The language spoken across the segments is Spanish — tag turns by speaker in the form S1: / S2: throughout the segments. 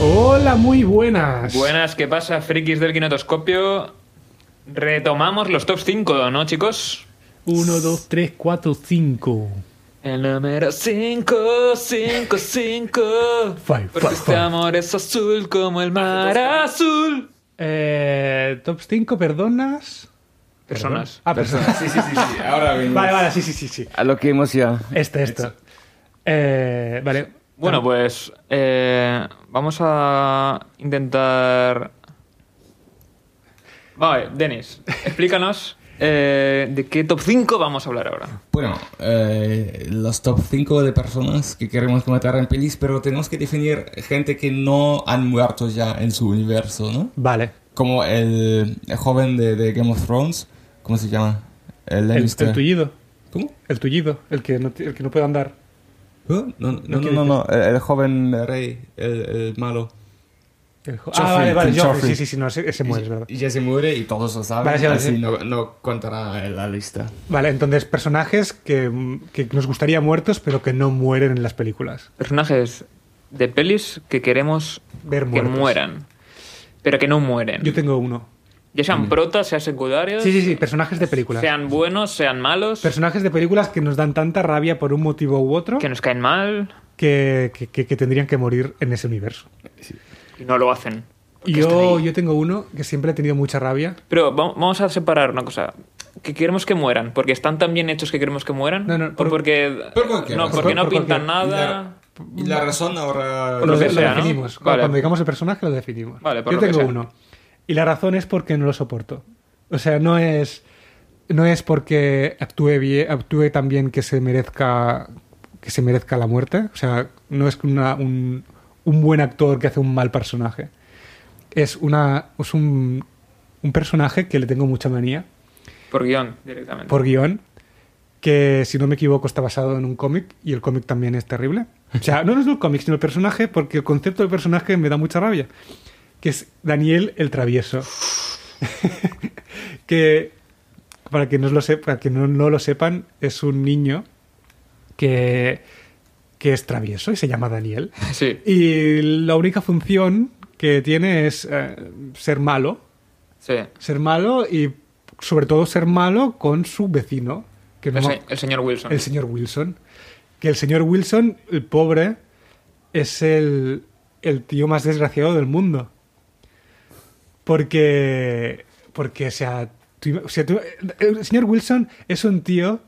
S1: Hola, muy buenas.
S2: Buenas, ¿qué pasa, frikis del kinetoscopio? Retomamos los top 5, ¿no, chicos?
S1: 1, 2, 3, 4, 5.
S2: El número 5, 5, 5.
S1: Five,
S2: Porque
S1: five,
S2: este
S1: five.
S2: amor es azul como el mar azul.
S1: Eh, top 5, perdonas.
S2: Personas.
S1: Ah, personas.
S3: Sí, sí, sí, sí. Ahora venimos.
S1: Vale, vale, sí, sí, sí. sí.
S3: A lo que hemos ya.
S1: Este, este. Eh, vale.
S2: Bueno, pues eh, vamos a intentar... Vale, Denis, explícanos eh, de qué top 5 vamos a hablar ahora.
S3: Bueno, eh, los top 5 de personas que queremos matar en pelis, pero tenemos que definir gente que no han muerto ya en su universo, ¿no?
S1: Vale.
S3: Como el, el joven de, de Game of Thrones, ¿cómo se llama? El
S1: El,
S3: Lannister.
S1: el tullido.
S3: ¿Cómo?
S1: El tullido. El que no, el que no puede andar.
S3: ¿Eh? No, no, no,
S1: ¿qué
S3: no, no, el, el joven rey, el, el malo.
S1: El jo- ah,
S3: Joffrey,
S1: vale, vale.
S3: Tim
S1: Joffrey.
S3: Joffrey.
S1: Sí, sí, sí. No, ese, ese muere, es verdad.
S3: Y ya se muere y todos lo saben,
S1: Vale, sí, vale,
S3: así
S1: sí.
S3: no, no contará la lista.
S1: Vale, entonces personajes que, que nos gustaría muertos, pero que no mueren en las películas.
S2: personajes de pelis que queremos
S1: Ver
S2: que
S1: muertos.
S2: mueran, pero que no mueren.
S1: Yo tengo uno.
S2: Ya sean protas, sean secundarios,
S1: Sí, sí, sí. Personajes de películas.
S2: sean buenos, sean malos,
S1: Personajes de películas que nos dan tanta rabia por un motivo u otro
S2: que
S1: que,
S2: nos caen mal
S1: que- que- que tendrían que morir en ese universo.
S2: y no lo hacen. porque
S1: Yo,
S2: están ahí.
S1: yo tengo uno que siempre he tenido mucha rabia.
S2: Pero va- vamos a separar una cosa. Que queremos que mueran, porque están tan bien hechos que queremos que mueran.
S1: No, no,
S2: o
S1: por-
S2: porque,
S3: por cualquiera.
S2: no, porque
S1: Por-
S2: no
S1: por
S2: pintan
S1: cualquiera.
S2: nada.
S3: Y la razón ahora...
S2: Por lo que sea, ¿no?
S1: definimos. Cu-
S2: Vale.
S1: Cuando digamos el personaje lo definimos.
S2: Vale, por
S1: yo
S2: lo que
S1: tengo
S2: sea.
S1: uno. Y la razón es porque no lo soporto. O sea, no es, no es porque actúe, bien, actúe tan bien que se merezca que se merezca la muerte. O sea, no es una- un, un buen actor que hace un mal personaje. Es, una, es un, un personaje que le tengo mucha manía
S2: Por guión, directamente.
S1: por guión, que si no me equivoco está basado en un cómic y el cómic también es terrible. O sea, no, no es el cómic, sino el personaje, porque el concepto del personaje me da mucha rabia, que es Daniel el Travieso. que, para que no lo, sepa, para que no, no lo sepan, es un niño que, que es travieso y se llama Daniel.
S2: Sí.
S1: Y la única función que tiene es eh, ser malo,
S2: sí.
S1: ser malo y sobre todo ser malo con su vecino, que no
S2: El,
S1: me-
S2: se- el señor Wilson.
S1: el señor Wilson. Que el señor Wilson, el pobre, es el, el tío más desgraciado del mundo. Porque, porque o sea, tú- o sea, tú- el señor Wilson es un tío...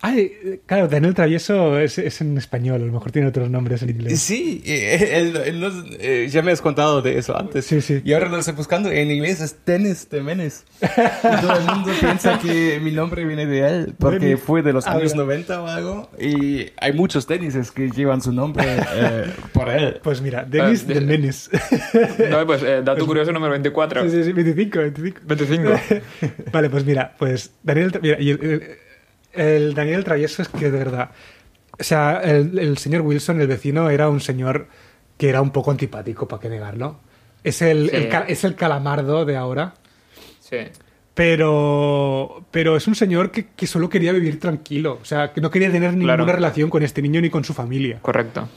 S1: Ay, claro, Daniel Travieso es, es en español, a lo mejor tiene otros nombres en inglés.
S3: Sí, eh, él- él nos- eh, ya me has contado de eso antes.
S1: Sí, sí.
S3: Y ahora lo estoy buscando. En inglés es tenis de menes. Y todo el mundo piensa que mi nombre viene de él porque
S1: Tenis.
S3: fue de los
S1: Ah,
S3: años
S1: mira.
S3: 90 o algo. Y hay muchos tenises que llevan su nombre eh, por él.
S1: Pues mira, Dennis
S2: de-
S1: de Menes.
S2: Vale, pues eh, dato curioso número 24.
S1: Sí, sí, sí, 25, 25.
S2: 25.
S1: vale, pues mira, pues Daniel, Tra- mira, y el, el- el Daniel Travieso es que de verdad, o sea, el, el señor Wilson, el vecino, era un señor que era un poco antipático, para qué negarlo. Es el,
S2: Sí.
S1: el ca- es el calamardo de ahora,
S2: sí.
S1: pero, pero es un señor que, que solo quería vivir tranquilo, o sea, que no quería tener ninguna
S2: Claro.
S1: relación con este niño ni con su familia.
S2: Correcto.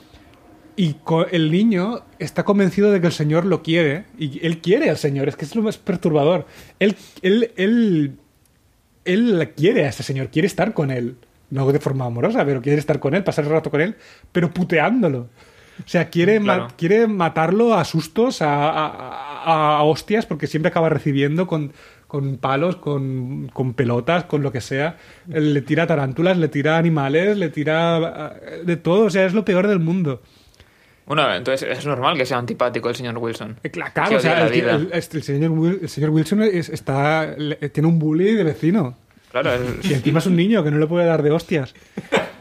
S1: Y co- el niño está convencido de que el señor lo quiere. Y él quiere al señor, es que es lo más perturbador. Él, él, él, él quiere a este señor, quiere estar con él. No de forma amorosa, pero quiere estar con él, pasar el rato con él, pero puteándolo. O sea, quiere, ma-
S2: Claro.
S1: quiere matarlo a sustos, a, a- a- a hostias, porque siempre acaba recibiendo con, con palos, con, con pelotas, con lo que sea. Él Le tira tarántulas, le tira animales, le tira eh, de todo. O sea, es lo peor del mundo.
S2: Bueno, entonces es normal que sea antipático el señor Wilson.
S1: Eh, cla-
S2: Que
S1: Claro, o
S2: odia
S1: sea,
S2: la
S1: el, tío-
S2: vida.
S1: el- este, el señor, Wil- el señor Wilson es- está, le- eh, tiene un bully de vecino.
S2: Claro, es-
S1: Y encima es un niño que no le puede dar de hostias.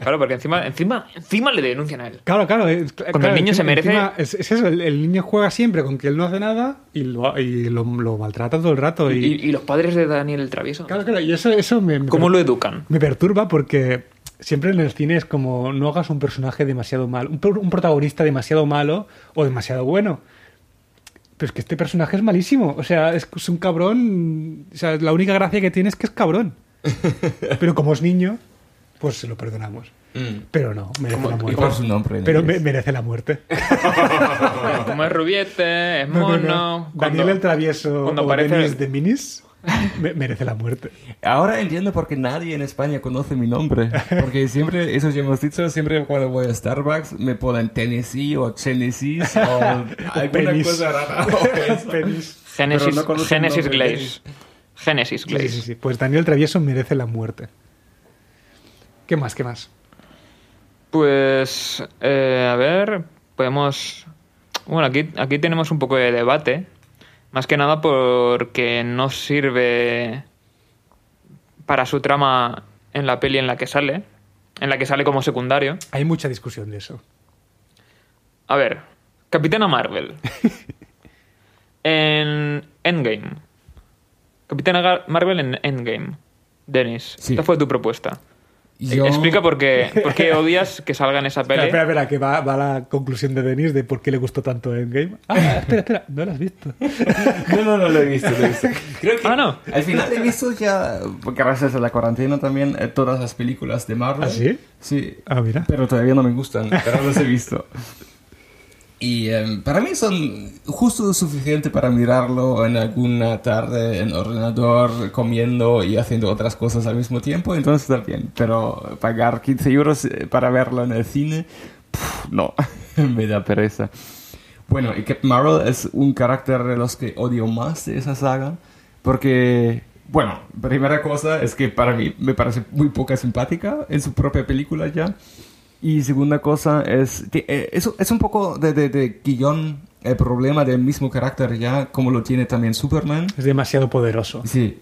S2: claro, porque encima, encima, encima le denuncian a él.
S1: Claro, claro. es-
S2: Cuando
S1: claro,
S2: el niño se merece-
S1: es, es eso, el, el niño juega siempre con que él no hace nada y lo, y lo, lo maltrata todo el rato.
S2: Y,
S1: Y,
S2: y los padres de Daniel el travieso.
S1: claro, claro, y eso, eso me, me
S2: ¿Cómo lo educan?
S1: me perturba porque siempre en el cine es como no hagas un personaje demasiado malo, un, pro- un protagonista demasiado malo o demasiado bueno. Pero es que este personaje es malísimo. O sea, es, es un cabrón. O sea, la única gracia que tiene es que es cabrón. Pero como es niño, pues se lo perdonamos.
S3: Mm.
S1: Pero no, merece la
S3: Y
S1: muerte.
S3: por su nombre. en
S1: Pero me-
S3: inglés.
S1: merece la muerte.
S2: Como es rubiete, es
S1: No,
S2: mono.
S1: no, no.
S2: Cuando-
S1: Daniel el Travieso
S2: cuando
S1: o
S2: aparece-
S1: Denis de Minis me- merece la muerte.
S3: Ahora entiendo por qué nadie en España conoce mi nombre. Porque siempre, eso ya hemos dicho, siempre cuando voy a Starbucks me ponen Tennessee o Tennessee o alguna
S1: penis.
S3: cosa rara. o eso.
S1: Penis.
S2: Genesis,
S3: Pero no conoce el
S2: Genesis
S3: nombre,
S2: Glaze. Genesis
S1: Sí,
S2: Glaze.
S1: sí, sí. Pues Daniel Travieso merece la muerte. ¿Qué más? ¿Qué más?
S2: Pues, eh, a ver, podemos... Bueno, aquí, aquí tenemos un poco de debate. Más que nada porque no sirve para su trama en la peli en la que sale. En la que sale como secundario.
S1: Hay mucha discusión de eso.
S2: A ver, Capitana Marvel. en Endgame. Capitana Gar- Marvel en Endgame. Dennis,
S3: Sí.
S2: esta fue tu propuesta.
S3: Yo-
S2: Explica por qué, por qué odias que salga en esa peli.
S1: Espera, espera, espera, que va, va la conclusión de Denis de por qué le gustó tanto Endgame. Ah, espera, espera, no lo has visto.
S3: No, no, no lo he visto. lo he visto. Creo que
S2: Ah, no.
S3: al final he visto ya, gracias a la cuarentena también, eh, todas las películas de Marvel.
S1: ¿Ah, sí?
S3: Sí.
S1: Ah, mira.
S3: Pero todavía no me gustan, pero los he visto. Y em, para mí son justo lo suficiente para mirarlo en alguna tarde en ordenador, comiendo y haciendo otras cosas al mismo tiempo, entonces está bien. Pero pagar 15 euros eh, para verlo en el cine, pf, no, me da pereza. Bueno, y Captain Marvel es un carácter de los que odio más de esa saga, porque, bueno, primera cosa es que para mí me parece muy poca simpática en su propia película ya. Y segunda cosa es, que, eh, es, es un poco de, de, de guión el problema del mismo carácter ya, como lo tiene también Superman.
S1: Es demasiado poderoso.
S3: Sí.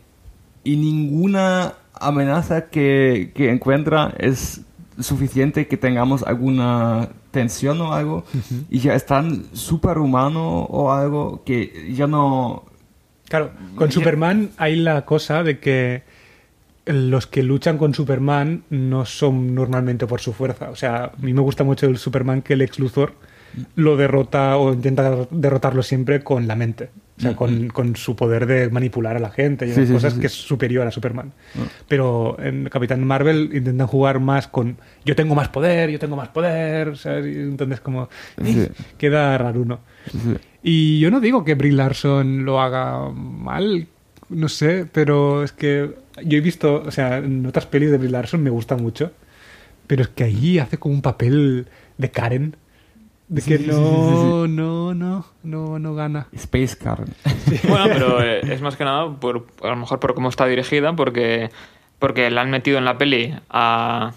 S3: Y ninguna amenaza que, que encuentra es suficiente que tengamos alguna tensión o algo. Y ya es tan superhumano o algo que ya no...
S1: Claro, con Superman hay la cosa de que los que luchan con Superman no son normalmente por su fuerza. O sea, a mí me gusta mucho el Superman que el ex Luthor
S3: Mm.
S1: lo derrota o intenta derrotarlo siempre con la mente. O sea, con, con su poder de manipular a la gente y
S3: Mm. Sí,
S1: esas
S3: sí,
S1: cosas
S3: sí, Ah. sí.
S1: que es superior a Superman. Pero en Capitán Marvel intentan jugar más con yo tengo más poder, yo tengo más poder, ¿sabes? Y entonces como
S3: Sí.
S1: queda raro uno. Y yo no digo que Brie Larson lo haga mal, no sé, pero es que yo he visto, o sea, en otras pelis de Brie Larson me gusta mucho, pero es que allí hace como un papel de Karen, de que
S3: Sí, sí,
S1: no,
S3: sí,
S1: no, no, no, no gana.
S3: Space Karen.
S2: Bueno, pero eh, es más que nada por, a lo mejor por cómo está dirigida, porque, porque la han metido en la peli a...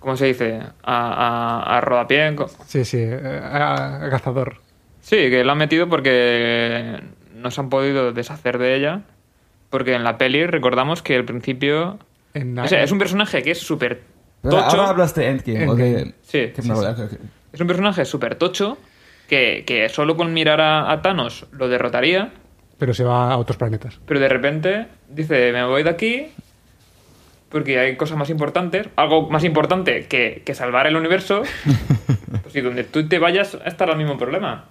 S2: ¿Cómo se dice? A, a, a rodapié. co-
S1: Sí, sí, eh, a- a cazador.
S2: Sí, que la han metido porque no se han podido deshacer de ella. Porque en la peli recordamos que al principio...
S1: En-
S2: o sea, es un personaje que es súper
S3: eh. Pero ahora
S2: tocho.
S3: hablas de Endgame. o de-
S2: Sí,
S3: Captain
S2: sí,
S3: Marvel, ok, ok.
S2: Es un personaje súper tocho que, que solo con mirar a- a Thanos lo derrotaría.
S1: Pero se va a otros planetas.
S2: Pero de repente dice, me voy de aquí porque hay cosas más importantes, algo más importante que, que salvar el universo. pues y donde tú te vayas estará el mismo problema.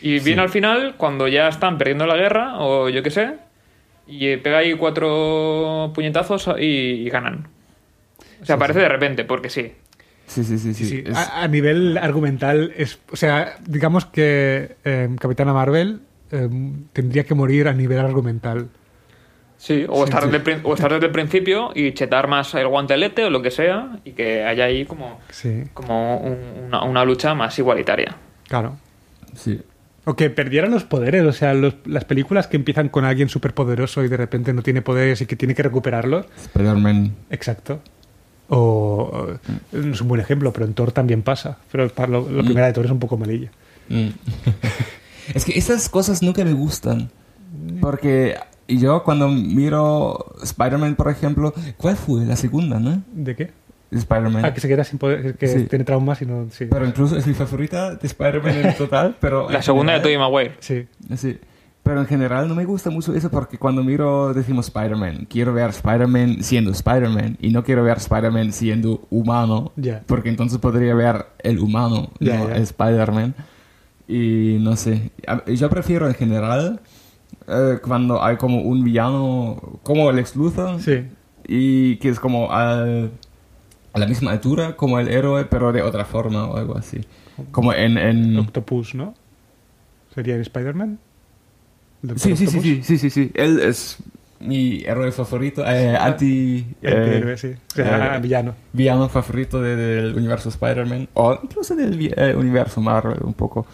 S2: Y viene al final, cuando ya están perdiendo la guerra, o yo qué sé, y eh, pega ahí cuatro puñetazos y, y ganan. O sea, aparece de repente, porque sí.
S3: Sí, sí, sí. sí,
S1: Sí,
S3: es-
S2: Ah,
S1: a, a nivel argumental, es, o sea, digamos que eh, Capitana Marvel eh, tendría que morir a nivel argumental.
S2: Sí, o, estar Desde, el prin- o estar desde el principio y chetar más el guantelete o lo que sea, y que haya ahí como
S1: Sí,
S2: como un- una, una lucha más igualitaria.
S1: claro.
S2: ah.
S3: sí.
S1: O que perdieran los poderes, o sea, los- las películas que empiezan con alguien superpoderoso y de repente no tiene poderes y que tiene que recuperarlos.
S3: Spider-Man.
S1: Exacto. O eh, no es un buen ejemplo, pero en Thor también pasa. Pero para lo- la primera de Thor es un poco malilla.
S3: Mm. es que esas cosas nunca me gustan. Porque yo cuando miro Spider-Man, por ejemplo, ¿cuál fue? La segunda, ¿no?
S1: ¿De qué?
S3: Spider-Man.
S1: Ah, que se queda sin poder, que
S3: Sí.
S1: tiene traumas y no. Sí.
S3: Pero incluso es mi favorita de Spider-Man en total, pero...
S2: La
S3: en
S2: segunda de Tobey
S3: general-
S2: Maguire.
S1: Sí.
S3: Sí. Pero en general no me gusta mucho eso porque cuando miro decimos Spider-Man, quiero ver Spider-Man siendo Spider-Man y no quiero ver Spider-Man siendo humano,
S1: Ya.
S3: porque entonces podría ver el humano,
S1: Ya,
S3: no
S1: ya.
S3: Spider-Man. Y no sé, A- yo prefiero en general eh, cuando hay como un villano como Lex Luthor
S1: Sí.
S3: y que es como al- a la misma altura como el héroe, pero de otra forma o algo así. Como en... en...
S1: Octopus, ¿no? ¿Sería el Spider-Man? ¿El Doctor
S3: Sí, sí, sí,
S1: Octopus?
S3: sí, sí, sí, sí. Él es mi héroe favorito, eh, anti...
S1: Antihéroe,
S3: eh,
S1: sí. O sea,
S3: eh,
S1: villano.
S3: villano favorito de- del universo Spider-Man o incluso del vi- eh, universo Marvel un poco.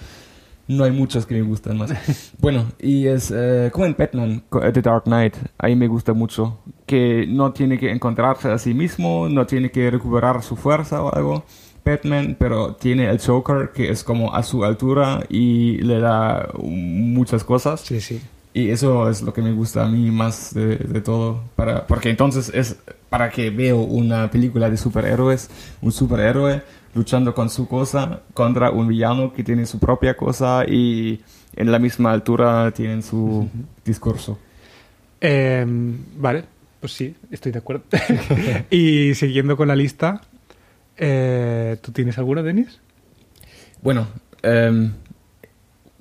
S3: No hay muchos que me gustan más. Bueno, y es eh, como en Batman, co- eh, The Dark Knight, ahí me gusta mucho, que no tiene que encontrarse a sí mismo, no tiene que recuperar su fuerza o algo. Batman, pero tiene el Joker que es como a su altura y le da um, muchas cosas.
S1: Sí, sí.
S3: Y eso es lo que me gusta a mí más de, de todo. Para, porque entonces es para que veo una película de superhéroes, un superhéroe luchando con su cosa contra un villano que tiene su propia cosa y en la misma altura tienen su discurso.
S1: Eh, vale, pues sí, estoy de acuerdo. y siguiendo con la lista, eh, ¿tú tienes alguna, Denis?
S3: Bueno, em,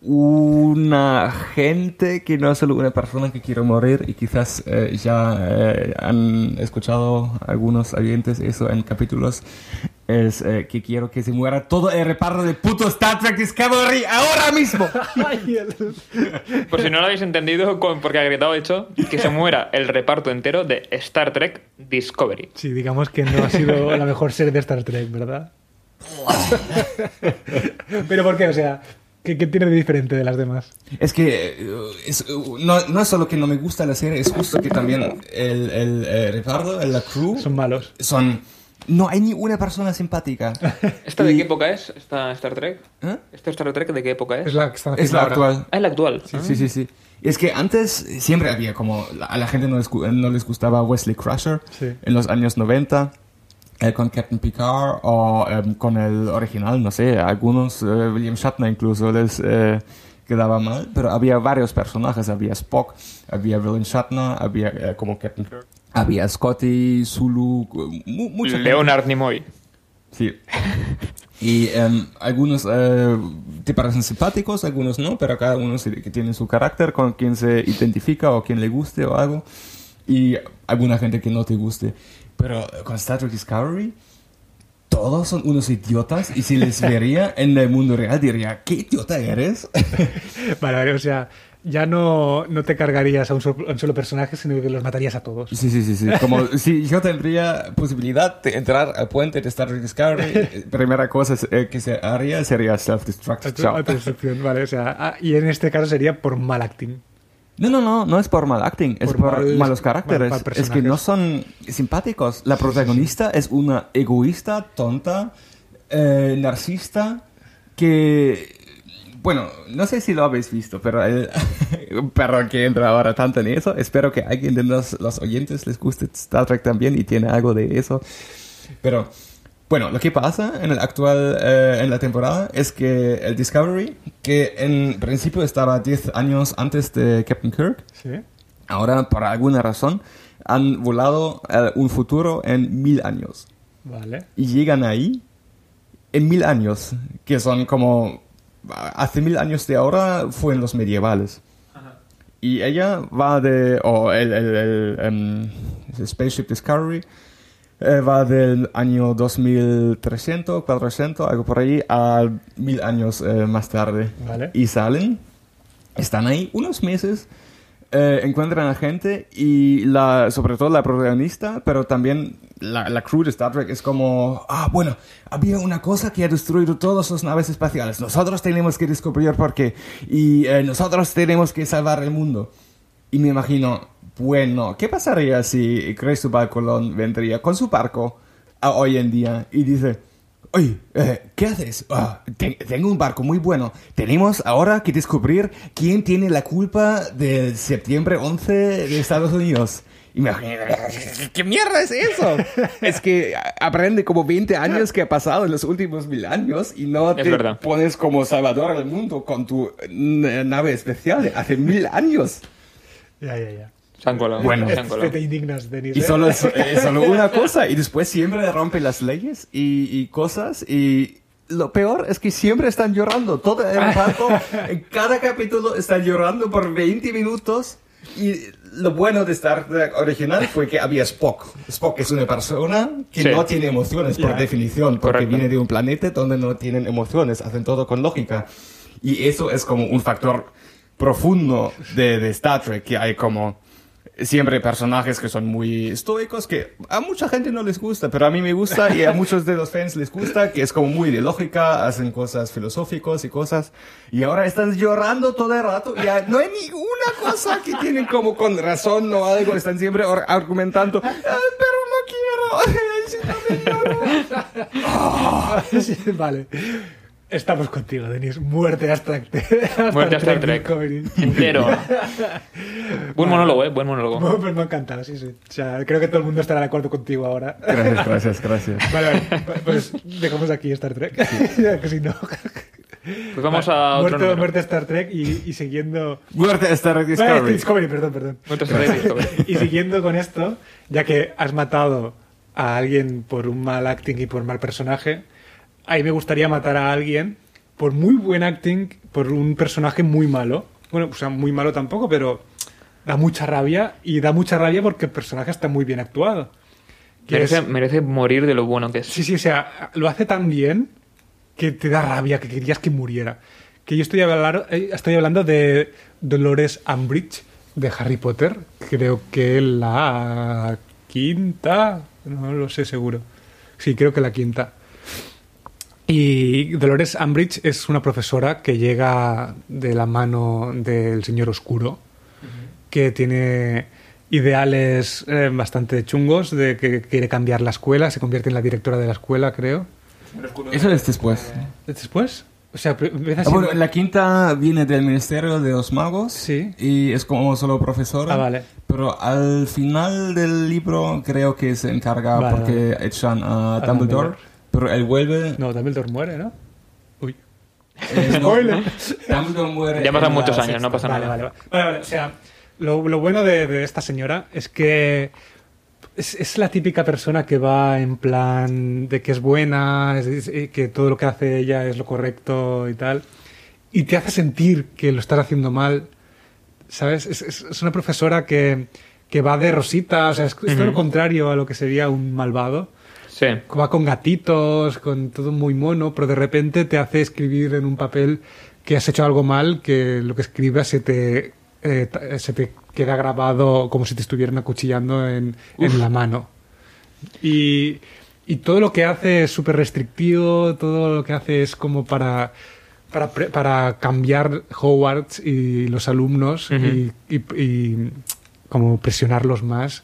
S3: una gente que no es solo una persona que quiere morir y quizás eh, ya eh, han escuchado algunos oyentes eso en capítulos es eh, que quiero que se muera todo el reparto de puto Star Trek Discovery ahora mismo.
S2: Por si no lo habéis entendido, con- porque ha gritado hecho que se muera el reparto entero de Star Trek Discovery.
S1: Sí, digamos que no ha sido la mejor serie de Star Trek, ¿verdad? Pero ¿por qué? O sea, ¿qué, qué tiene de diferente de las demás?
S3: Es que eh, es, eh, no, no es solo que no me gusta la serie, es justo que también el, el, eh, reparto, la crew,
S1: Son
S3: son...
S1: malos.
S3: No hay ni una persona simpática.
S2: ¿Esta de
S3: Y-
S2: qué época es? ¿Esta Star Trek?
S3: ¿Eh?
S2: ¿Esta Star Trek de qué época es?
S1: Es la que están
S3: Es
S1: haciendo
S3: la
S1: ahora.
S3: actual.
S2: Ah, es la actual.
S3: Sí,
S2: Ah.
S3: sí, sí, sí. Y es que antes eh, siempre había como... la- A la gente no les, gu- eh, no les gustaba Wesley Crusher
S1: Sí.
S3: en los años 90. eh, con Captain Picard o em, con el original, no sé, algunos, eh, William Shatner incluso, les eh, quedaba mal, pero había varios personajes, había Spock, había William Shatner, había eh, como Captain Kirk, había Scotty, Zulu, eh, mu- mucha gente.
S2: Mm. Leonard Nimoy.
S3: Sí. Y em, algunos eh, te parecen simpáticos, algunos no, pero cada uno se- que tiene su carácter con quien se identifica o quien le guste o algo. Y alguna gente que no te guste. Pero eh, con Star Trek Discovery, todos son unos idiotas y si les vería en el mundo real diría, ¿qué idiota eres?
S1: Vale, vale, o sea, ya no, no te cargarías a un, sol- a un solo personaje, sino que los matarías a todos.
S3: Sí, sí, sí, sí. Como si yo tendría posibilidad de entrar al puente de Star Trek Discovery, eh, primera cosa eh, que se haría sería self-destruct. Chao.
S1: Autodestrucción, vale, o sea, ah, y en este caso sería por mal acting.
S3: No, no, no, no es por mal acting, es
S1: Por
S3: por
S1: mal-
S3: malos
S1: mal-
S3: caracteres.
S1: mal
S3: es que
S1: personajes.
S3: no son simpáticos. La protagonista es una egoísta, tonta, eh, narcisista, que... Bueno, no sé si lo habéis visto, pero el... Perdón que entra ahora tanto en eso. Espero que alguien de los, los oyentes les guste Star Trek también y tiene algo de eso. Pero bueno, lo que pasa en el actual, eh, en la temporada, es que el Discovery, que en principio estaba 10 años antes de Captain Kirk,
S1: ¿Sí?
S3: ahora por alguna razón han volado a un futuro en mil años.
S1: Vale.
S3: Y llegan ahí en mil años, que son como... Hace mil años de ahora fueron los medievales. Y ella va de... O el, el- el, em, Spaceship Discovery eh, va del año 2300, 400, algo por ahí, a mil años eh, más tarde.
S1: Vale.
S3: Y salen, están ahí unos meses, eh, encuentran a gente y la, sobre todo la protagonista, pero también la, la crew de Star Trek es como, ah, bueno, había una cosa que ha destruido todas las naves espaciales. Nosotros tenemos que descubrir por qué. Y eh, nosotros tenemos que salvar el mundo. Y me imagino, bueno, ¿qué pasaría si Cristóbal Colón vendría con su barco a hoy en día y dice, oye, eh, ¿qué haces? Ah, te- tengo un barco muy bueno. Tenemos ahora que descubrir quién tiene la culpa del septiembre 11 de Estados Unidos. Y me imagino, ¿qué mierda es eso? es que a- aprende como 20 años que ha pasado en los últimos mil años y no
S2: Es
S3: te
S2: verdad.
S3: pones como salvador del mundo con tu eh, nave especial de hace mil años.
S1: Ya, ya, ya.
S2: Se han colado.
S3: Bueno.
S2: se han colado.
S1: Este te indignas, Denis.
S3: Y
S1: ¿eh?
S3: solo es, es solo una cosa. Y después siempre rompe las leyes y, y cosas. Y lo peor es que siempre están llorando. Todo el rato, en cada capítulo, están llorando por 20 minutos. Y lo bueno de Star Trek original fue que había Spock. Spock es una persona que
S2: Sí.
S3: no tiene emociones por
S1: Ya.
S3: definición, porque
S2: Correcto.
S3: viene de un planeta donde no tienen emociones, hacen todo con lógica. Y eso es como un factor profundo de, de Star Trek, que hay como siempre personajes que son muy estoicos, que a mucha gente no les gusta, pero a mí me gusta y a muchos de los fans les gusta, que es como muy de lógica, hacen cosas filosóficas y cosas, y ahora están llorando todo el rato, ya no hay ninguna cosa que tienen como con razón o algo, están siempre or- argumentando, "Ah, pero no quiero, si no me lloro".
S1: Sí, vale. Estamos contigo, Denis. Muerte hasta
S2: Muerte a Star Trek. Entero. buen monólogo, eh. Buen monólogo.
S1: Bueno, pues me ha encantado, sí, sí. O sea, creo que todo el mundo estará de acuerdo contigo ahora.
S3: Gracias, gracias, gracias.
S1: Vale, vale. Pues dejamos aquí Star Trek. que si no.
S2: Pues vamos a otro
S1: Muerte,
S2: número.
S1: muerte a Star Trek y, y siguiendo.
S3: Muerte a Star Trek
S1: Ah,
S3: Discovery.
S1: Discovery, perdón, perdón.
S2: Muerte a Star Trek Discovery.
S1: Y siguiendo con esto, ya que has matado a alguien por un mal acting y por mal personaje, ahí me gustaría matar a alguien por muy buen acting, por un personaje muy malo. Bueno, o sea, muy malo tampoco, pero da mucha rabia y da mucha rabia porque el personaje está muy bien actuado. Que
S2: Merece,
S1: es-
S2: merece morir de lo bueno que es.
S1: Sí, sí, o sea, lo hace tan bien que te da rabia, que querías que muriera. Que yo estoy, hablar- eh, estoy hablando de Dolores Umbridge, de Harry Potter. Creo que la quinta, no lo sé seguro. Sí, creo que la quinta. Y Dolores Umbridge es una profesora que llega de la mano del señor oscuro, que tiene ideales eh, bastante chungos, de que quiere cambiar la escuela, se convierte en la directora de la escuela, creo.
S3: Eso es después.
S1: Después, o sea, pr- empieza
S3: Ah, bueno,
S1: siendo-
S3: la quinta viene del Ministerio de los Magos.
S1: Sí.
S3: Y es como solo profesora.
S1: Ah, vale.
S3: Pero al final del libro creo que se encarga
S1: Vale, Ah,
S3: porque echan a
S1: A
S3: Dumbledore.
S1: Dumbledore.
S3: Pero él vuelve.
S1: No, Dumbledore muere, ¿no? Uy.
S3: eh, no.
S1: Spoiler.
S3: Dumbledore muere.
S2: Ya pasan
S3: en la
S2: muchos años, no
S3: sexta.
S2: pasa nada.
S1: Vale, vale, vale. Vale, vale, O sea, lo, lo bueno de, de esta señora es que es, es la típica persona que va en plan de que es buena, es- es- eh, que todo lo que hace ella es lo correcto y tal. Y te hace sentir que lo estás haciendo mal. ¿Sabes? Es, es- es una profesora que, que va de rosita, o sea, es, es todo lo
S2: Ujú.
S1: contrario a lo que sería un malvado.
S2: Sí.
S1: va con gatitos, con todo muy mono, pero de repente te hace escribir en un papel que has hecho algo mal, que lo que escribas se te, eh, ta- se te queda grabado como si te estuvieran acuchillando en, en la mano. Y, y todo lo que hace es súper restrictivo, todo lo que hace es como para, para, pre- para cambiar Hogwarts y los alumnos y- y- y como presionarlos más.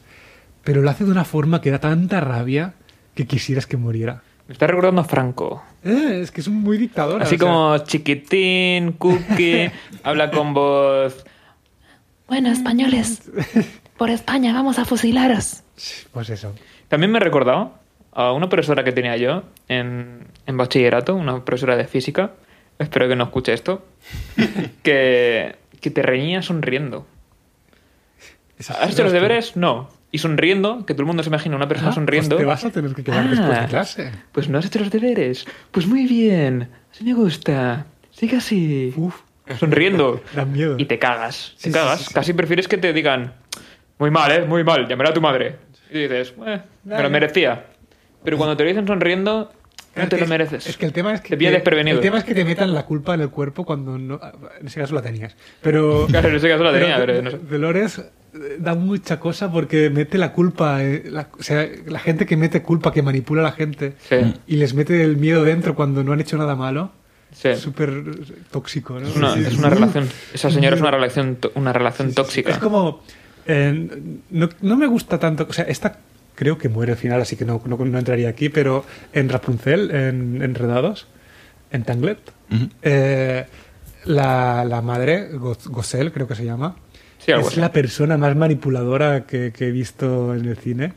S1: Pero lo hace de una forma que da tanta rabia que quisieras que muriera.
S2: Me está recordando a Franco.
S1: Eh, es que es un muy dictador.
S2: Así
S1: o sea,
S2: como chiquitín, cookie, habla con voz.
S4: Bueno, españoles, por España vamos a fusilaros.
S1: Pues eso.
S2: También me he recordado a una profesora que tenía yo en, en bachillerato, una profesora de física, espero que no escuche esto, que, que te reñía sonriendo.
S1: Eso
S2: ¿Has
S1: es-
S2: hecho los deberes? No. Y sonriendo, que todo el mundo se imagina una persona
S1: Ah,
S2: sonriendo.
S1: Pues te vas a tener que quedar después de
S2: Ah.
S1: clase.
S2: Pues no has hecho los deberes. Pues muy bien. Así me gusta. Sigue así.
S1: Uf,
S2: Sonriendo.
S1: da miedo.
S2: Y te cagas.
S1: Sí,
S2: te cagas.
S1: sí, sí, sí.
S2: Casi prefieres que te digan, muy mal, ¿eh? Muy mal, llamará a tu madre. Y dices, "Eh, me lo
S1: Vale.
S2: merecía. Pero cuando te lo dicen sonriendo, no
S1: Claro,
S2: te
S1: es
S2: lo
S1: que-
S2: mereces.
S1: Es que el tema es que
S2: Te pilla desprevenido.
S1: El tema es que te metan la culpa en el cuerpo cuando no, en ese caso la tenías. Pero
S2: Claro, en ese caso la tenía, pero no sé.
S1: Dolores eh, da mucha cosa porque mete la culpa, eh, la- o sea, la gente que mete culpa, que manipula a la gente
S2: Sí.
S1: y les mete el miedo dentro cuando no han hecho nada malo.
S2: Sí.
S1: Es Súper tóxico, ¿no?
S2: Es una,
S1: Sí, sí,
S2: es
S1: sí.
S2: una relación. Esa señora es una relación, to- una relación tóxica.
S1: Es como. eh, no, no me gusta tanto. O sea, esta creo que muere al final, así que no, no, no entraría aquí, pero en Rapunzel, en Enredados, en Tanglet, eh, la, la madre, Go- Gosel, creo que se llama,
S2: Sí, algo
S1: es
S2: así.
S1: la persona más manipuladora que, que he visto en el cine.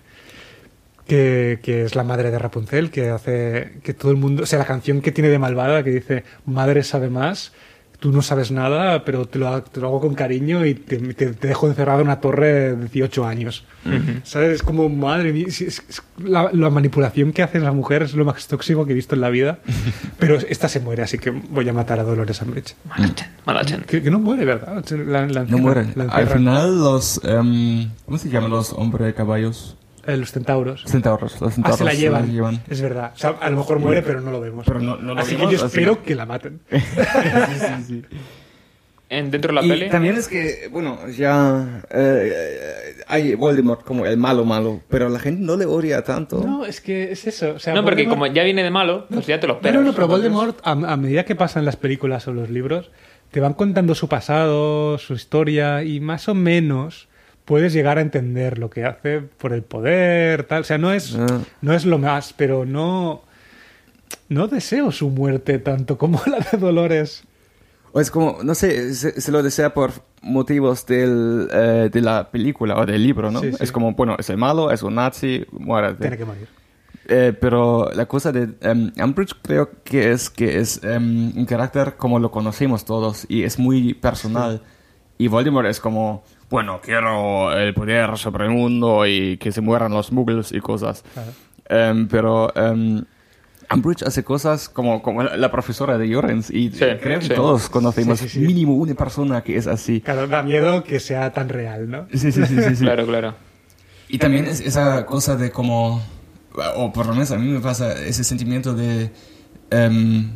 S1: Que, que es la madre de Rapunzel, que hace que todo el mundo. O sea, la canción que tiene de malvada, que dice Madre sabe más, tú no sabes nada, pero te lo, ha- te lo hago con cariño y te, te- te dejo encerrado en una torre de 18 años. ¿Sabes? Es como, madre mía, es- es- es la, la manipulación que hacen las mujeres es lo más tóxico que he visto en la vida. Pero esta se muere, así que voy a matar a Dolores Umbridge.
S2: Mala gente, mala gente.
S1: Que, que no muere, ¿verdad? Se- la- la
S5: No
S1: encierran,
S5: mueren.
S1: la
S5: Al
S1: encierran.
S5: final los... em, ¿Cómo se llaman los hombre caballos?
S1: Eh, los centauros.
S5: Centauros. Los
S1: Ah,
S5: centauros
S1: se la llevan.
S5: se
S1: Es verdad. O sea, a lo mejor muere, pero no lo vemos.
S5: Pero no- no lo
S1: así
S5: vemos,
S1: que yo
S5: así
S1: espero
S5: que-
S1: que la maten.
S5: sí, sí, sí.
S2: En, dentro de la
S3: Y
S2: peli.
S3: también es que, bueno, ya eh, hay Voldemort como el malo malo, pero la gente no le odia tanto.
S1: No, es que es eso. O sea,
S2: No, porque
S1: Voldemort-
S2: como ya viene de malo, pues ya te lo
S1: No,
S2: esperas.
S1: no, no, pero
S2: Entonces,
S1: Voldemort, a, a medida que pasan las películas o los libros, te van contando su pasado, su historia, y más o menos puedes llegar a entender lo que hace por el poder, tal. O sea, no es,
S3: Ah.
S1: no es lo más, pero no. No deseo su muerte tanto como la de Dolores.
S3: O es como, no sé, se, se lo desea por motivos del, eh, de la película o del libro, ¿no?
S1: Sí, sí.
S3: Es como, bueno, es el malo, es un nazi, muérete.
S1: Tiene que morir.
S3: Eh, pero la cosa de em, Umbridge creo que es que es em, un carácter como lo conocemos todos y es muy personal. Y Voldemort es como, bueno, quiero el poder sobre el mundo y que se mueran los muggles y cosas.
S1: Claro.
S3: Em, pero em, Umbridge hace cosas como, como la la profesora de Jorens y
S2: Sí,
S3: creo que
S2: sí.
S3: todos conocemos
S1: Sí, sí, sí.
S3: mínimo una persona que es así.
S1: Claro, da miedo que sea tan real, ¿no?
S3: Sí, sí, sí, sí, sí.
S2: Claro, claro.
S5: Y también es esa cosa de como, o por lo menos a mí me pasa ese sentimiento de em,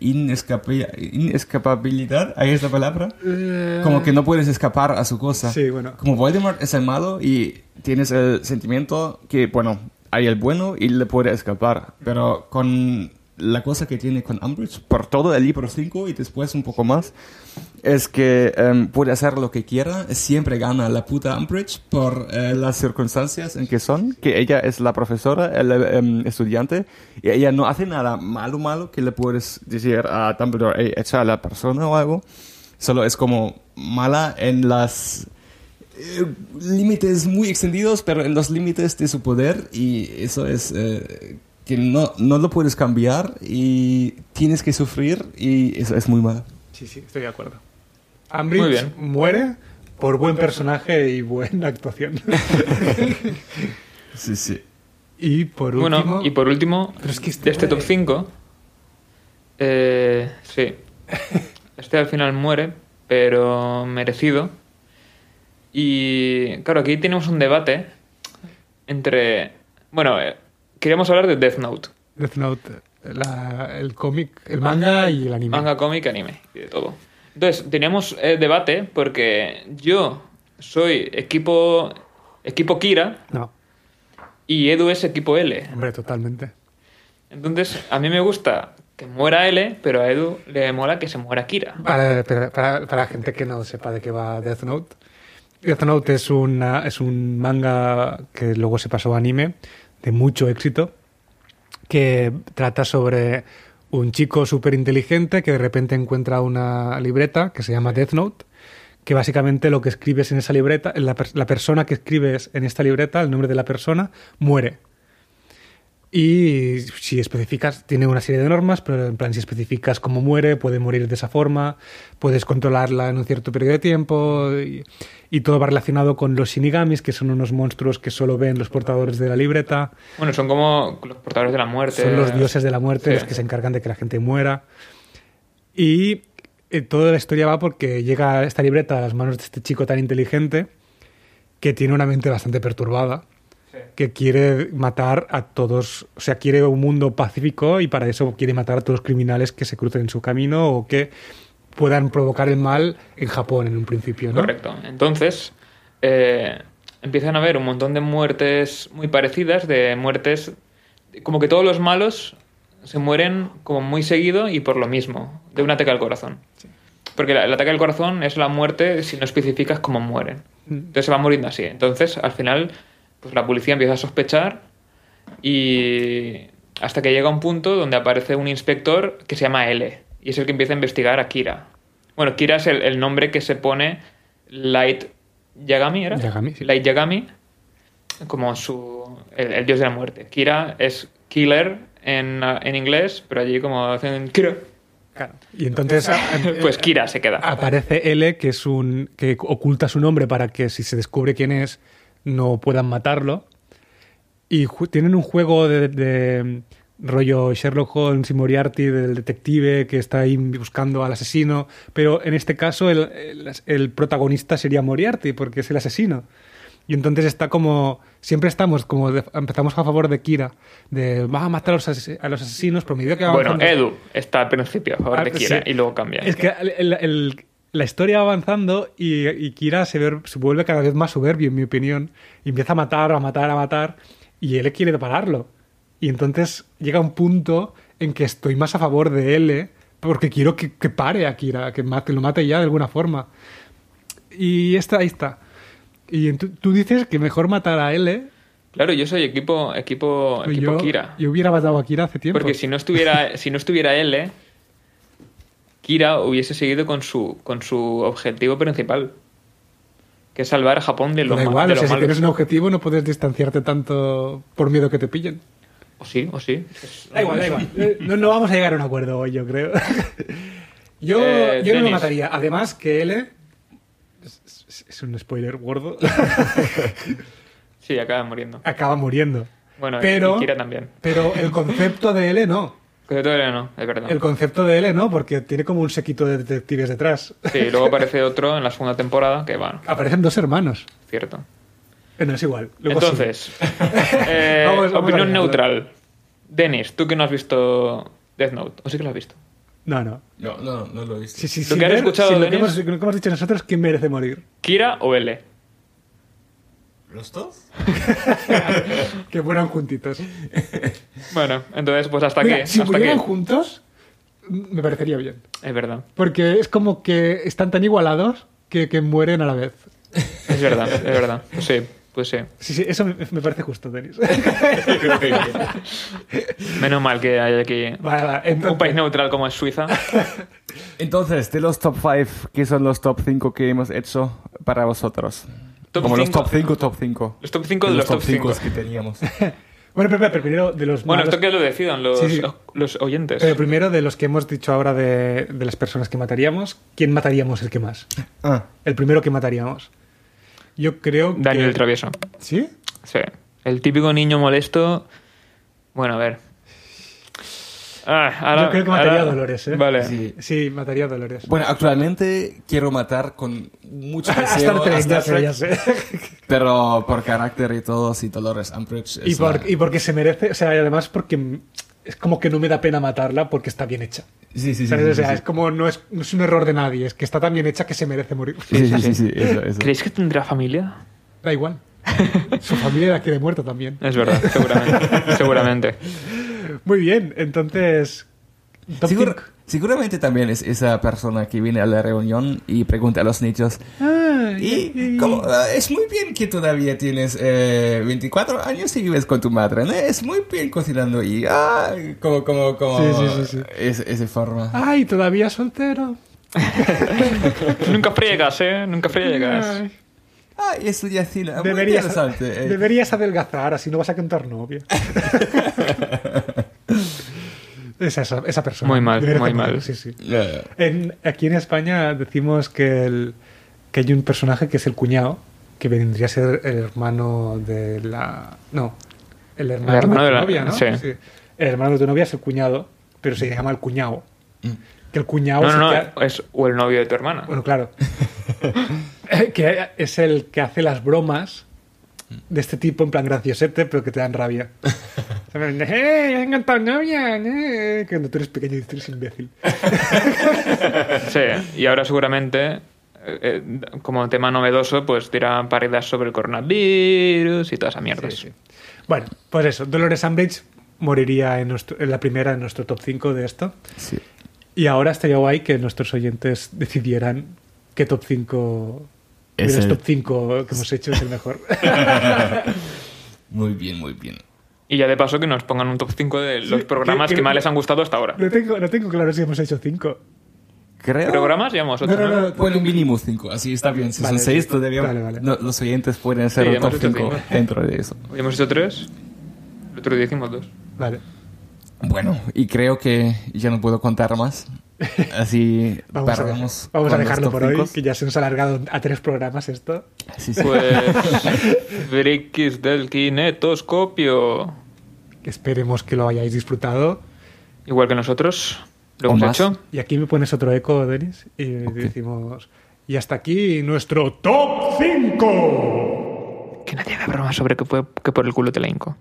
S5: inescapi- inescapabilidad, ahí es la palabra, como que no puedes escapar a su cosa.
S1: Eh. Sí, bueno.
S3: Como Voldemort es el malo y tienes el sentimiento que, bueno, hay el bueno y le puede escapar. Pero con la cosa que tiene con Umbridge, por todo el libro 5 y después un poco más, es que em, puede hacer lo que quiera, siempre gana la puta Umbridge por eh, las circunstancias en que son, que ella es la profesora, el em, estudiante, y ella no hace nada malo malo que le puedes decir a Dumbledore, "Ey, echa a la persona o algo. Solo es como mala en las eh, límites muy extendidos, pero en los límites de su poder y eso es eh, que no, no lo puedes cambiar y tienes que sufrir y eso es muy malo.
S1: Sí, sí, estoy de acuerdo. Ambridge
S2: Muy bien.
S1: muere por buen personaje y buena actuación.
S3: Sí, sí.
S1: y por último...
S2: Bueno, y por último,
S1: Pero es que este
S2: de este top
S1: muere.
S2: 5, eh, sí, este al final muere, pero merecido. Y claro, aquí tenemos un debate entre... Bueno, eh, queríamos hablar de Death Note,
S1: Death Note, la- el cómic, el manga y el anime.
S2: manga, cómic, anime y de todo. Entonces, teníamos eh, debate porque yo soy equipo, equipo Kira
S1: No,
S2: y Edu es equipo L.
S1: hombre, totalmente.
S2: Entonces, a mí me gusta que muera L, pero a Edu le mola que se muera Kira.
S1: Para, para, para- para la gente que no sepa de qué va Death Note, Death Note es, una, es un manga que luego se pasó a anime, de mucho éxito, que trata sobre un chico súper inteligente que de repente encuentra una libreta que se llama Death Note, que básicamente lo que escribes en esa libreta, la, per- la persona que escribes en esta libreta, el nombre de la persona, muere. Y si especificas, tiene una serie de normas, pero en plan, si especificas cómo muere, puede morir de esa forma, puedes controlarla en un cierto periodo de tiempo, y, y todo va relacionado con los shinigamis, que son unos monstruos que solo ven los portadores de la libreta,
S2: Bueno, son como los portadores de la muerte.
S1: son los dioses de la muerte
S2: Eh, Sí.
S1: los que se encargan de que la gente muera. Y eh, toda la historia va porque llega esta libreta a las manos de este chico tan inteligente que tiene una mente bastante perturbada, que quiere matar a todos, o sea, quiere un mundo pacífico y para eso quiere matar a todos los criminales que se crucen en su camino o que puedan provocar el mal en Japón en un principio, ¿no?
S2: Correcto. Entonces, eh, empiezan a haber un montón de muertes muy parecidas, de muertes... Como que todos los malos se mueren como muy seguido y por lo mismo, de un ataque al corazón. Porque la- el ataque al corazón es la muerte si no especificas cómo mueren.
S1: Mm.
S2: Entonces se va muriendo así. Entonces, al final, pues la policía empieza a sospechar y hasta que llega un punto donde aparece un inspector que se llama L y es el que empieza a investigar a Kira. Bueno, Kira es el, el nombre que se pone Light Yagami, ¿era?
S1: Yagami, sí.
S2: Light Yagami, como su, el, el dios de la muerte. Kira es Killer en, en inglés, pero allí como hacen Kira.
S1: Claro. Y entonces em, a-
S2: Pues Kira se queda.
S1: ah, aparece L, que es un que oculta su nombre para que si se descubre quién es no puedan matarlo. Y ju- tienen un juego de, de mm, rollo Sherlock Holmes y Moriarty del detective que está ahí buscando al asesino, pero en este caso el, el- el protagonista sería Moriarty porque es el asesino. Y entonces está como siempre estamos como de- empezamos a favor de Kira, de va a matar a los, ases- a los asesinos, pero a medida que va
S2: Bueno,
S1: avanzando-
S2: Edu está al principio a favor
S1: Ah,
S2: de Kira
S1: sí.
S2: y luego cambia.
S1: Es que el- el- el- la historia va avanzando y, y Kira se, ver- se vuelve cada vez más soberbio, en mi opinión. Y empieza a matar, a matar, a matar. Y él quiere pararlo. Y entonces llega un punto en que estoy más a favor de él porque quiero que, que pare a Kira, que, ma- que lo mate ya de alguna forma. Y esta, ahí está. Y tú, tú dices que mejor matar a L.
S2: Claro, yo soy equipo, equipo,
S1: pero
S2: equipo
S1: Pues yo,
S2: Kira.
S1: yo hubiera matado a Kira hace tiempo.
S2: Porque si no estuviera, si no estuviera él, Kira hubiese seguido con su, con su objetivo principal. Que es salvar a Japón de los
S1: da
S2: ma-
S1: igual,
S2: de
S1: o sea,
S2: los
S1: si
S2: malos.
S1: tienes un objetivo no puedes distanciarte tanto por miedo que te pillen.
S2: O sí, o sí.
S1: Da igual, da igual. Eh, No, no vamos a llegar a un acuerdo hoy, yo creo. Yo,
S2: Eh,
S1: yo no lo
S2: Denis.
S1: mataría. Además que L... Es, es- es un spoiler gordo.
S2: Sí, acaba muriendo.
S1: Acaba muriendo.
S2: Bueno, y-
S1: Ah, pero,
S2: y Kira también.
S1: Pero el concepto de L no.
S2: Que todo era no, es verdad.
S1: El concepto de L no, porque tiene como un sequito de detectives detrás.
S2: Sí, y luego aparece otro en la segunda temporada que, bueno,
S1: Aparecen dos hermanos.
S2: cierto.
S1: Eh, No es igual. Luego sí.
S2: Entonces, eh,
S1: Vamos- vamos
S2: opinión
S1: a-
S2: neutral. Denis, tú que no has visto Death Note, o sí que lo has visto.
S1: No, no.
S3: No, no, no lo he visto.
S1: Sí, sí,
S2: Lo
S1: sí,
S2: que has
S1: ver-
S2: escuchado,
S1: sí, lo, que
S2: Denis.
S1: hemos, lo que hemos dicho nosotros, ¿quién merece morir?
S2: ¿Kira o L?
S3: ¿Los dos?
S1: Que fueran juntitos.
S2: Bueno, entonces, pues hasta
S1: Mira,
S2: que.
S1: si
S2: hasta que.
S1: murieran juntos, me parecería bien.
S2: Es verdad,
S1: Porque es como que están tan igualados que, que mueren a la vez.
S2: es verdad, es verdad. Pues sí, pues sí.
S1: Sí, sí, eso me, me parece justo, Denis.
S2: Menos mal que hay aquí
S1: Vale, vale,
S2: un país
S1: entonces,
S2: neutral como es Suiza.
S6: Entonces, de los top 5, ¿qué son los top 5 que hemos hecho para vosotros?
S2: Top
S6: Como los
S2: cinco.
S6: top 5, top 5.
S2: Los top 5 de los top 5.
S6: que teníamos.
S1: Bueno, pero, pero primero de los
S2: Bueno,
S1: malos-
S2: esto que lo decidan los,
S1: Sí, sí.
S2: los oyentes.
S1: pero primero de los que hemos dicho ahora de, de las personas que mataríamos, ¿quién mataríamos el que más?
S6: Ah,
S1: El primero que mataríamos. Yo creo que...
S2: Daniel el Travieso.
S1: ¿Sí?
S2: Sí. El típico niño molesto. Bueno, a ver. Ah, ahora-
S1: Yo creo que mataría
S2: ahora-
S1: a Dolores, ¿eh?
S2: Vale.
S3: Sí.
S1: Sí, mataría a Dolores.
S3: Bueno, actualmente quiero matar con mucho
S1: A
S3: deseo
S1: Star Trek, ya
S3: a Star
S1: sé,
S3: Trek,
S1: ya sé.
S3: pero por carácter y todo, si Dolores Umbridge es
S1: Y, por-
S3: la-
S1: y porque se merece, o sea, y además porque es como que no me da pena matarla porque está bien hecha.
S3: Sí, sí, sí,
S1: ¿Sabes?
S3: sí,
S1: o sea,
S3: sí.
S1: es como no es, no es un error de nadie, es que está tan bien hecha que se merece morir.
S6: sí, sí, sí, sí, eso, eso.
S2: ¿Creéis que tendrá familia?
S1: Da igual. Su familia la quiere muerta también.
S2: Es verdad, seguramente. seguramente.
S1: Muy bien, entonces. top
S3: Segur-
S1: cinco.
S3: seguramente también es esa persona que viene a la reunión y pregunta a los niños.
S1: Ah,
S3: Y como, ah, es muy bien que todavía tienes eh, 24 años y vives con tu madre, ¿no? Es muy bien cocinando y ah, como, como, como
S1: Sí, sí, sí, sí. Ah.
S3: Es, esa forma.
S1: Ay, todavía soltero.
S2: Nunca friegas, ¿eh? Nunca friegas.
S1: Ay,
S3: Ah, y estudia cine. Ah, Muy
S1: deberías,
S3: interesante. eh.
S1: deberías adelgazar, así no vas a cantar novia. es esa, esa persona.
S2: Muy mal,
S1: Deberías
S2: muy
S1: adelgazar,
S2: mal.
S1: Sí, sí.
S3: Eh,
S1: En- aquí en España decimos que, el- que hay un personaje que es el cuñado, que vendría a ser el hermano de la. No, el hermano,
S2: El hermano
S1: de
S2: de
S1: tu
S2: la-
S1: novia, ¿no?
S2: sí.
S1: El hermano de tu novia es el cuñado, pero se llama el cuñado. Que el cuñado.
S2: No,
S1: es el Ah,
S2: no,
S1: que
S2: no.
S1: ha-
S2: Es, o el novio de tu hermana.
S1: Bueno, claro. Eh, que es el que hace las bromas de este tipo en plan graciosete, pero que te dan rabia. ¿Sabes? ¡Eh! ¡Has encantado novia! eh". Cuando tú eres pequeño y tú eres imbécil.
S2: Sí, y ahora seguramente, eh, eh, como tema novedoso, pues dirá paridas sobre el coronavirus y toda esa mierda.
S1: Sí, sí. Bueno, pues eso, Dolores Umbridge moriría en, nuestro- en la primera en nuestro top 5 de esto.
S6: Sí.
S1: Y ahora estaría guay que nuestros oyentes decidieran qué top 5
S6: Es
S1: de los
S6: el-
S1: top 5 que hemos hecho es el mejor.
S3: muy bien, muy bien.
S2: Y ya de paso que nos pongan un top 5 de los
S1: Sí,
S2: programas
S1: que-
S2: que,
S1: que-
S2: más les han gustado hasta ahora.
S1: no, tengo, no tengo claro si hemos hecho 5.
S6: Creo.
S2: ¿Programas? Llevamos
S1: No,
S2: ocho,
S1: no,
S2: ¿no?
S1: no.
S3: Bueno, mínimo 5, así está bien. Si
S1: Vale,
S3: son 6,
S1: sí.
S3: todavía
S1: Vale, vale.
S6: No, los oyentes pueden ser
S2: Sí,
S6: el top
S2: hemos hecho
S6: 5
S2: cinco.
S6: dentro de eso.
S2: Hoy hemos hecho tres, el otro día hicimos dos.
S1: Vale.
S3: Bueno, y creo que ya no puedo contar más.
S6: Así
S1: Vamos, a,
S6: paramos
S1: vamos a
S6: con los
S1: dejarlo
S6: top
S1: por hoy,
S6: fincos.
S1: que ya se nos ha alargado a tres programas esto.
S6: Sí, sí.
S2: Pues. Frikis del kinetoscopio.
S1: Esperemos que lo hayáis disfrutado.
S2: Igual que nosotros. Lo
S6: O
S2: hemos
S6: más.
S2: hecho.
S1: Y aquí me pones otro eco, Denis, y decimos... Y hasta aquí nuestro top 5.
S2: Que nadie haga broma sobre que, fue- que por el culo te la hinco.